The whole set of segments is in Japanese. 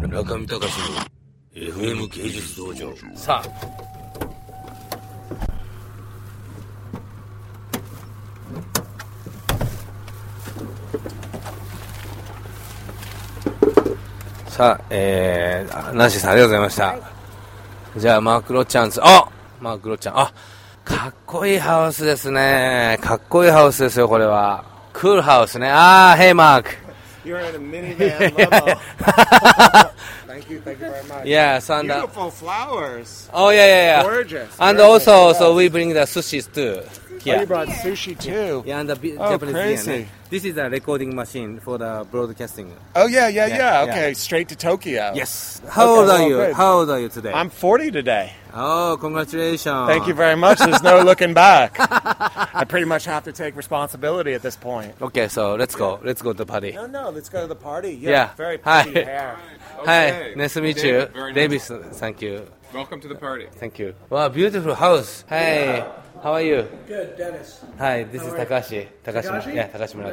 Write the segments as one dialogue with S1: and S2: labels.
S1: 村上隆の FM 芸術道場
S2: さあ
S1: さあえー、あナンシーさんありがとうございました、じゃあマークロチャンスあマークロちゃんあかっこいいハウスですねかっこいいハウスですよこれはクールハウスねああヘイマーク
S3: You're in a minivan level. thank you, thank you very much.
S1: Yeah, Sanda.
S3: Beautiful flowers.
S1: Oh yeah, yeah, yeah.
S3: Gorgeous.
S1: And
S3: Gorgeous.
S1: also, so we bring the sushis too.
S3: Oh,
S1: Here.
S3: you brought sushi too.
S1: yeah, and the bi-
S3: Oh,
S1: Japanese beer,
S3: crazy.
S1: yeah. This is a recording machine for the broadcasting.
S3: Oh yeah,
S1: Yeah,
S3: yeah, yeah.
S1: yeah.
S3: Okay, straight to Tokyo.
S1: Yes. How old
S3: well,
S1: are you?
S3: good.
S1: How old are you today?
S3: Oh, I'm 40 today.
S1: oh, congratulations.
S3: Thank you very much. There's no looking back. I pretty much have to take responsibility at this point.
S1: Okay, so let's go. Let's go to the party.
S3: No, no, let's go to the party. Yeah,
S1: Yeah.
S3: very
S1: Hi.
S3: pretty hair.
S1: Hi, nice to meet
S4: David,
S1: you,
S4: very
S1: Davis. Thank you.
S4: Welcome to the party.
S1: Thank you. Wow, beautiful house. Hey, how are you?
S5: Good, Dennis.
S1: Hi, this is
S5: How are you?
S1: Takashi. Takashi.
S5: Takashi?
S1: Yeah, Takashi Murakami.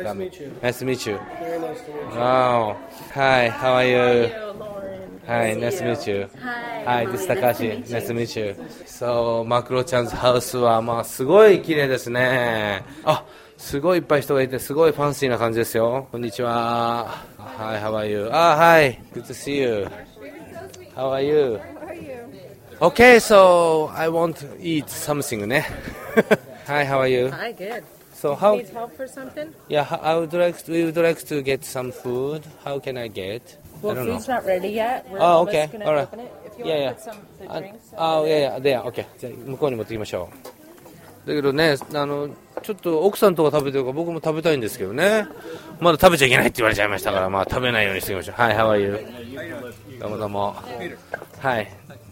S5: Nice to meet you.
S1: Nice to meet you.
S5: Very nice to meet you.
S1: Wow. Hi, how are you?
S6: Lauren.
S1: Hi, nice to meet you.
S6: Hi,
S1: はい、です。高橋。
S6: nice to meet you.
S1: Nice to meet you. So, マクロちゃんズハウスは、まあ、すごい綺麗ですね。あ、すごいいっぱい人がいて、すごいファンシーな感じですよ。こんにちは。Hi, how are you? あ、Hi. Good to see you. How are you? Okay, so I want to eat something ね。Hi, how are you?
S6: Hi, good.
S1: So how?
S6: Needs help for something?
S1: Yeah, Oh. I would like to, we would like to get some food. How can I get? I
S6: Well,
S1: don't know.
S6: food's not ready yet. We're
S1: Oh,
S6: almost
S1: okay.
S6: Gonna
S1: All right.
S6: Open it. If you
S1: Yeah, yeah.
S6: want
S1: Uh,
S6: と put some the
S1: あ
S6: drinks.
S1: あ、いやいや、で、オッケー、じゃあ向こうに持ってきましょう。だけどね、あの、ちょっと奥さんとか食べてるから、僕も食べたいんですけどね。まだ食べちゃいけないって言われちゃいましたから、まあ、食べないようにしておきましょう。はい、how are you? どうもどうも。はい、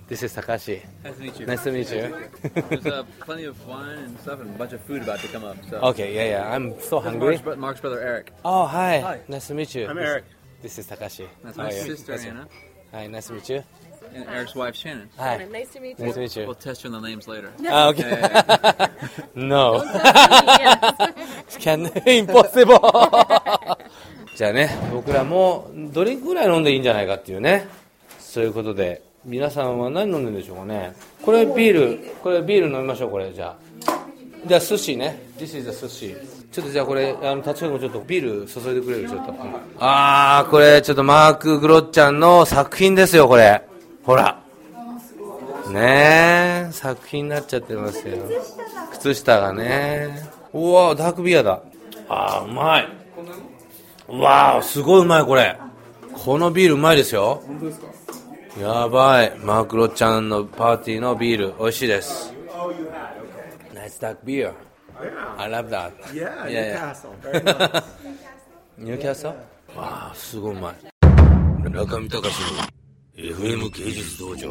S1: this is 高橋。
S7: Nice to meet you.
S1: Nice to meet you.
S7: There's uh, plenty of wine and stuff and a bunch of food about to come up. So.
S1: okay, yeah, yeah, I'm so
S7: This is Mark's,
S1: hungry.
S7: bro- Mark's brother Eric.
S1: Oh,
S7: Hi.
S1: hi. Nice to meet you.
S7: I'm Eric.
S1: This is 高橋。
S7: That's my
S1: How are you?
S7: sister
S1: Nice-
S7: Anna
S1: Hi, nice to meet you.
S7: and Eric's wife Shannon.
S1: Hi,
S6: Nice to meet you.
S1: nice to meet you.
S7: We'll test you on the names later.
S1: Ah, okay.
S7: Yeah,
S1: No.
S6: yeah.
S1: Can impossible! じゃあね、僕らもどれぐらい飲んでいいんじゃないかっていうね。そういうことで、皆さんは何飲んでるんでしょうかね。これビール、これビール飲みましょう、これじゃあ。じゃあ寿司ね。This is the 寿司。ちょっとじゃあこれ、あの、立ち上もちょっとビール注いでくれるちょっと。うんあー、これちょっとマーク・グロッちゃんの作品ですよ、これ。ほら。ねえ、作品になっちゃってますよ。靴下がね。うわダークビアだ。あー、うまい。うわー、すごいうまい、これ。このビールうまいですよ。本当ですかやばい。マークロちゃんのパーティーのビール、美味しいです。Nice dark beer. I love that.
S3: Yeah,
S1: Yeah, yeah.
S3: Newcastle. Very nice.
S1: ニューキャストわあ、すごいうまい。中見隆の FM 芸術道場。